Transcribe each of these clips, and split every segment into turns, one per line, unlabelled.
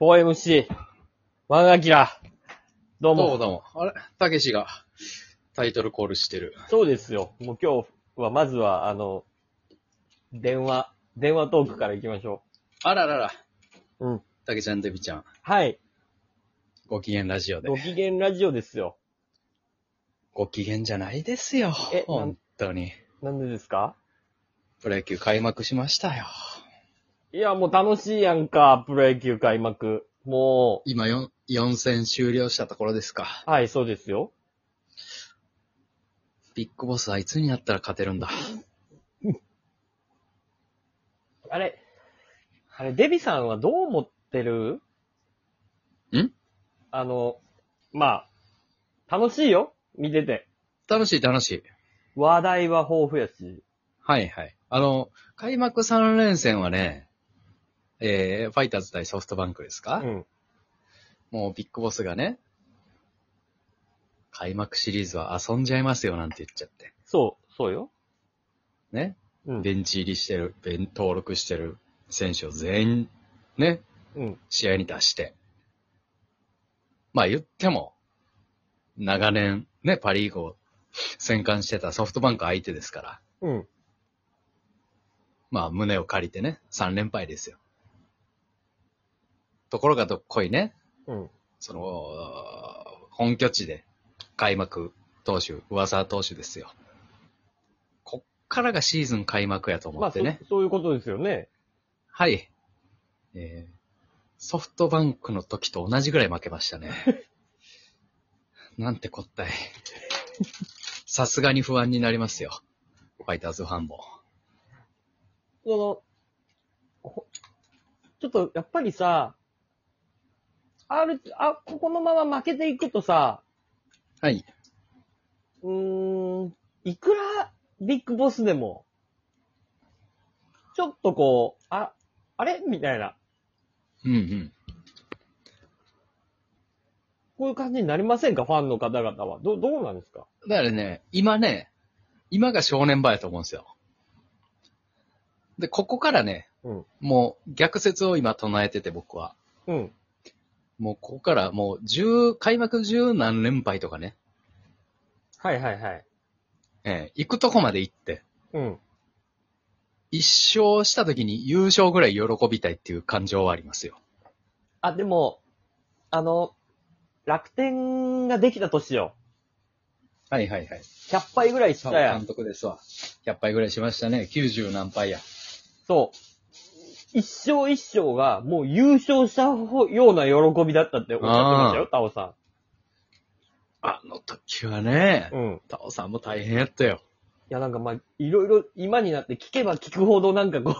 4MC、ワンアキラ。どう
どうも
も。
どうも。あれたけしがタイトルコールしてる。
そうですよ。もう今日は、まずは、あの、電話、電話トークから行きましょ
あららら。
う。うん。
たけちゃん、デビちゃん、
はい。
ご機嫌ラジオで
ご。機嫌ラジオですよ。
ご機嫌じゃないですよ。
え
本当に。
なんでですか
プロ野球開幕しましたよ。
いや、もう楽しいやんか、プロ野球開幕。も
今4、4戦終了したところですか。
う、はい、そうですよ。
ビッグボスはいつになったら勝てるんだ。
あれ、あれ、デビさんはどう思ってる
ん
あの、まあ、楽しいよ。見てて。
楽しい楽しい。
話題は豊富やし。
はいはい。あの、開幕3連戦はね、えー、ファイターズ対ソフトバンクです
う
か、
ん。
もうビッグボスがね、開幕シリーズは遊んじゃいますよなんて言っちゃって。
そう、そうよ。
ね。
うん。
ベンチ入りしてる、ベン登録してる選手を全員、ね、
うん。
試合に出して。まあ言っても、長年、ね、パリーグを戦艦してたソフトバンク相手ですから、
うん。
まあ胸を借りてね、3連敗ですよ。ところがどっこいね、
うん。
その、本拠地で開幕投手、噂投手ですよ。こっからがシーズン開幕やと思
まあ、
って
そ
ね。
そういうことですよね。
はい。えー、ソフトバンクの時と同じぐらい負けました ね。なんてこったい。さすがに不安になりますよ。ファイターズファンも。
その、ほちょっと、やっぱりさ、ある、あ、ここのまま負けていくとさ、
はい。
うーん、いくらビッグボスでも、ちょっとこう、あ、あれみたいな、
うんうん。
こういう感じになりませんかファンの方々は。ど、どうなんですか
だからね、今ね、今が正念場やと思うんですよ。で、ここからね、
うん
もう逆説を今唱えてて僕は。
うん。
もうここからもう十、開幕十何連敗とかね、
はいはいはい。
えー行くとこまで行って、
うん。
一勝した時に優勝ぐらい喜びたいっていう感情はありますよ。
あ、でも、あの、楽天ができた年よ。
はいはいはい。
100敗ぐらいしたやん
監。督ですわ。100敗ぐらいしましたね。90何敗や。
そう。一勝一勝が、もう優勝したような喜びだったっておっしゃってましたよ、タオさ
あの時はね
ん。、うん。い
タオさんも大変やったよ。
や、なんかまあ、いろいろ今になって聞けば聞くほどなんかこう、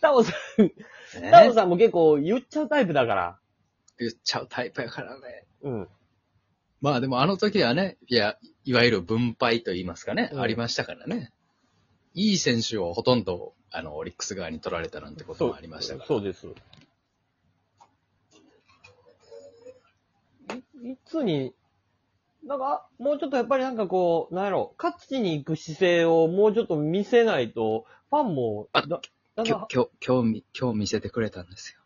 タオさん、タオさんも結構言っちゃうタイプだから。
言っちゃうタイプやからね。
うん。
まあでもあの時はね、いや、いわゆる分配と言いますかね、
うん
ありましたからね。いい選手をほとんど、あの、オリックス側に取られたなんてこともありましたから。
そうです。いいつに、なんか、もうちょっとやっぱりなんかこう、なんやろ、勝ちに行く姿勢をもうちょっと見せないと、ファンも、
あ
だなん
今
か
日、今日、今日見、今日見せてくれたんですよ。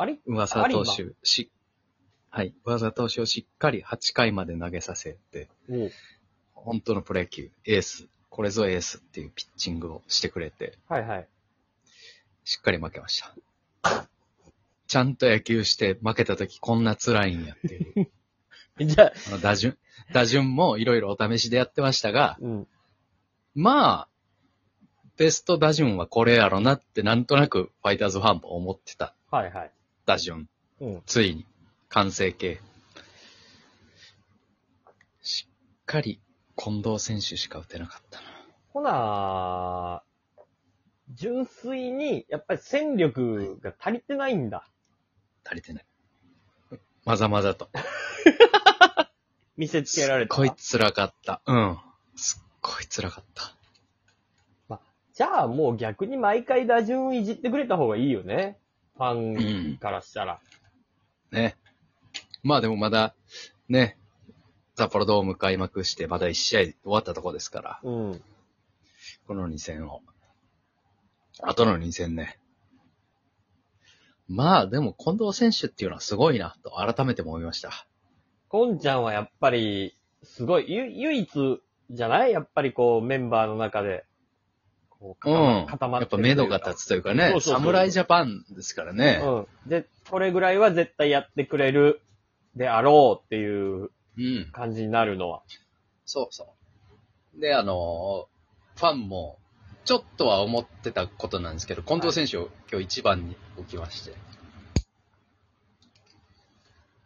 あれ
上沢投手、し、はい、上沢投手をしっかり8回まで投げさせて、
もう
本当のプロ野球、エース、これぞエースっていうピッチングをしてくれて、
はい はい。
しっかり負けました。ちゃんと野球して負けた時こんな辛いんやっていう。
じゃあ、
あの打順、打順もいろいろお試しでやってましたが、
うん。
まあ、ベスト打順はこれやろなってなんとなくファイターズファンも思ってた
はいはい。
打順。
うん。
ついに、完成形。しっかり、近藤選手しか打てなかったな。
ほな、純粋に、やっぱり戦力が足りてないんだ。
足りてない。まざまざと。
見せつ
す
けられ。
ったごい辛かった。うん。すっごい辛かった。
じゃあもう逆に毎回打順いじってくれた方がいいよね。フ
う
ァン
ん。
からしたら。
ね。まあでもまだ、ね。札幌ドーム開幕して、まだ1試合終わったとこですから、
うん。
この2戦を。あとの2戦ね。まあ、でも近藤選手っていうのはすごいな、と改めて思いました。
ゴンちゃんはやっぱり、すごい、ゆ、唯一じゃないやっぱりこう、メンバーの中で。こう
う
固ま
ん。
固ま
や
っ
ってぱ
るとい
目
うか
処が立つというか
そ
ね、
うそうそう
侍ジャパンですからね。
うん。で、これぐらいは絶対やってくれるであろうっていう
うん。
感じになるのは。
そうそう。で、あのーファンも、ちょっとは思ってたことなんですけど、近藤選手を今日一番に置きまして。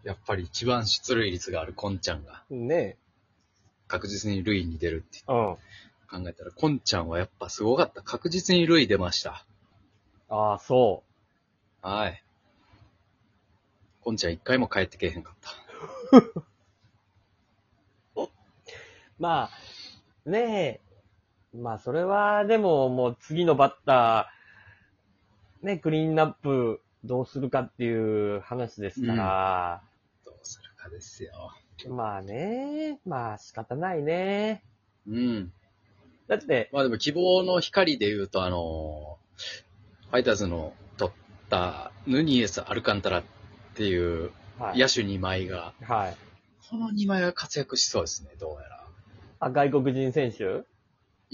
やっぱり一番出塁率があるコンちゃんが
ね
確実に塁に出るって
うん。
考えたら、コンちゃんはやっぱすごかった。確実に塁出ました。
ああ、そ
はい。コンちゃん一回も帰ってけえへんかった。
う。まあ、ねえ。まあ、それは、でも、もう次のバッター、ね、クリーンナップどうするかっていう話ですから、
どうするかですよ。
まあね、まあ仕方ないね。
うん。
だって、
まあでも希望の光で言うと、あのーファイターズの取ったヌニエス・アルカンタラっていう
はい。
野手2枚が、
はい。
この2枚が活躍しそうですね、どうやら。
あ、外国人選手
う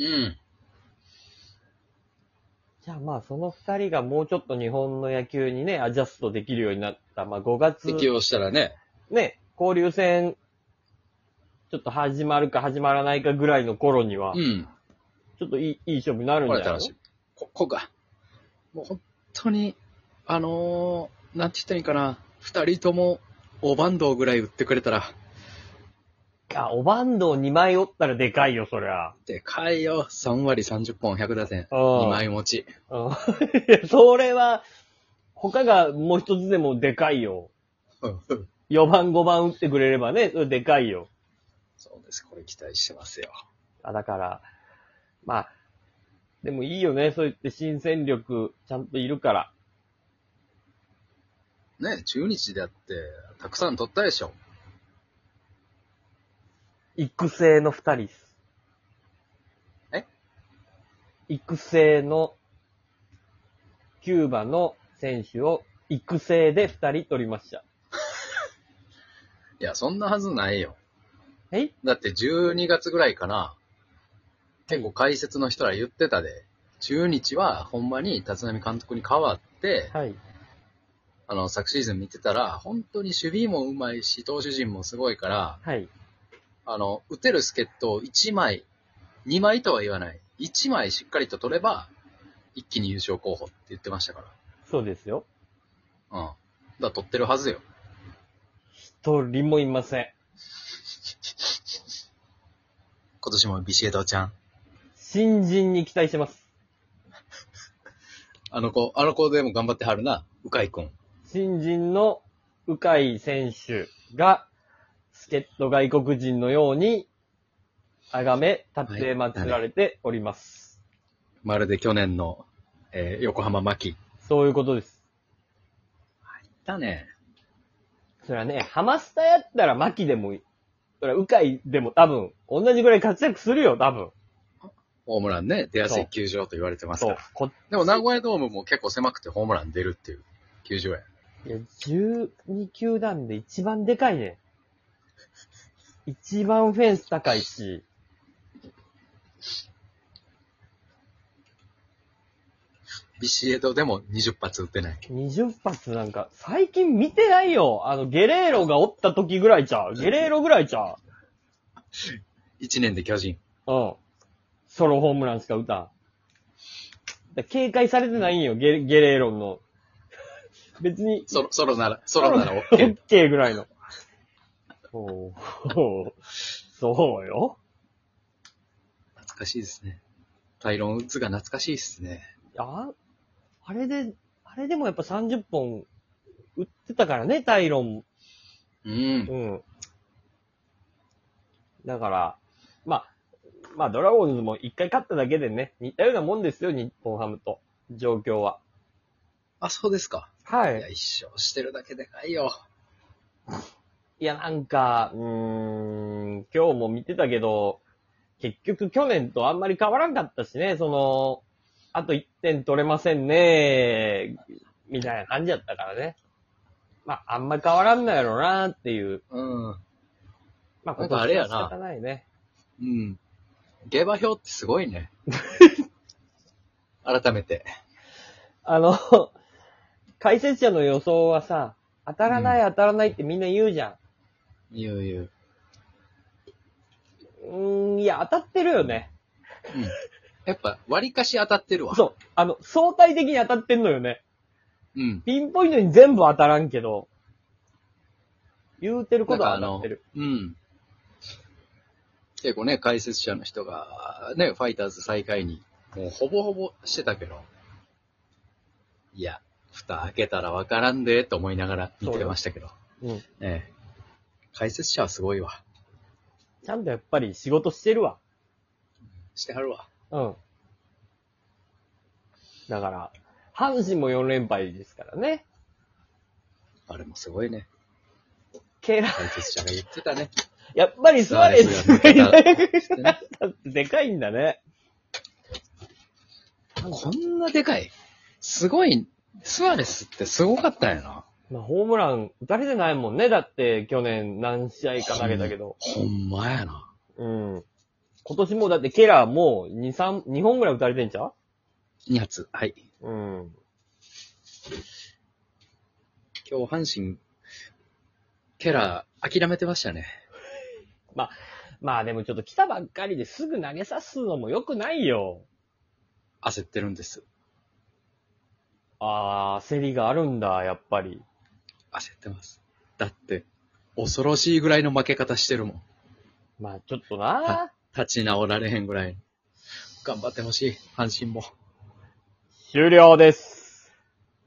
ん。
じゃあまあその二人がもうちょっと日本の野球にね、アジャストできるようになった、まあ5月、
適応したらね、
ね、交流戦、ちょっと始まるか始まらないかぐらいの頃には、
うん。
ちょっといい、いい勝負になるんじ
こ
ゃ
れ
ないの
楽しい。ここが、もう本当に、あのーなんて言ったらいいんかな、2人とも、おバンドぐらい打ってくれたら、
あ、おバンドを2枚折ったらでかいよ、そりゃ。
でかいよ。3割30本100打点。
うん
2枚持ち。
うんいやそれは、他がもう一つでもでかいよ。
うんうん
4番5番打ってくれればね、それでかいよ。
そうです。これ期待してますよ。
あ、だから、まあ、でもいいよね、そう言って新戦力ちゃんといるから。
ね、中日であって、たくさん取ったでしょ。
育成の二人っす。
え
育成の、キューバの選手を育成で二人取りました。
いや、そんなはずないよ。
え
だって12月ぐらいかな。結構解説の人ら言ってたで。中日はほんまに立浪監督に代わって、
はい。
あの、昨シーズン見てたら、本当に守備もうまいし、投手陣もすごいから、
はい。
あの、打てる助っ人を1枚、2枚とは言わない。1枚しっかりと取れば、一気に優勝候補って言ってましたか
そうですよ。
ら。うん。だから取ってるはずよ。
一人もいません。
今年もビシエドちゃん。
新人に期待してます。
あの子、あの子でも頑張ってはるな、うかいくん。
新人の鵜飼選手が、助っ人外国人のように、あがめ、立て祀られております。
まるで去年の、えー横浜巻。
そういうことです。
だね。
それはね、ハマスタやったら牧でもいい。それは鵜飼でも多分、同じぐらい活躍するよ、多分。
ホームランね、出やすい球場と言われてます
そ
か
う
ら。。
こ
でも名古屋ドームも結構狭くてホームラン出るっていう球場や。
いや、12球団で一番でかいね。一番フェンス高いし。
ビシエドでも20発打ってない。
20発なんか、最近見てないよ。あの、ゲレーロがおった時ぐらいちゃう。ゲレーロぐらいちゃ
1年で巨人。
う。うん。ソロホームランしか打たん。だから警戒されてないんよ、ゲゲレーロの。別に、
ソロ、ソロなら、ソロなら
オ
OK
ッ。ケーぐらいの。おーそうよ。
懐かしいですね。タイロン・ウッズが懐かしいですね。
あ、あれで、あれでもやっぱ30本売ってたからね、タイロン。う
う。
んん。だから、まあ、まあドラゴンズも一回勝っただけでね、似たようなもんですよ、日本ハムと。状況は。
あ、そうですか。
はい
や、一生してるだけでかいよ。
いや、なんか、うーん、今日も見てたけど、結局去年とあんまり変わらんかったしね、その、あと1点取れませんね、みたいな感じやったからね。まあ、あんま変わらんのやろうなっていう。
うん。
まあ、
なんかあれやな
今年は仕方ないね。
うん。下馬評ってすごいね。改めて。
あの、 解説者の予想はさ、当たらない当たらないってみんな言うじゃ
言う言う。
ん。うーん、いや、当たってるよね。
うん。やっぱ、割かし当たってるわ。
そう。あの、相対的に当たってんのよね。
う。うん。
ピンポイントに全部当たらんけど、言うてることは当たってる。
うん。結構ね、解説者の人が、ね、ファイターズ最下位に、もうほぼほぼしてたけど、いや、蓋開けたらわからんで、と思いながら見てましたけど。
うん。
ええ。解説者はすごいわ。
ちゃんとやっぱり仕事してるわ。
してはるわ。
うん。だから、阪神も4連敗ですからね。
あれもすごいね。
ケラ、
解説者が言ってたね。
やっぱりスアレスがいなく なったってでかいんだね。
こんなでかい。すごい、スアレスってすごかったんやな。
まあ、ホームラン打たれてないもんね。だって、去年何試合か投げたけど。
ほんまやな。
うん。今年もうだってケラーもう2、3、2本ぐらい打たれてんちゃ
2発。はい。
ううん。
今日、阪神、ケラー、諦めてましたね。
まあでもちょっと来たばっかりですぐ投げさすのも良くないよ。
焦ってるんです。
あー、焦りがあるんだ、やっぱり。
焦ってます。だって、恐ろしいぐらいの負け方してるもん。
まあちょっとな
立ち直られへんぐらい。頑張ってほしい、阪神も。
終了です。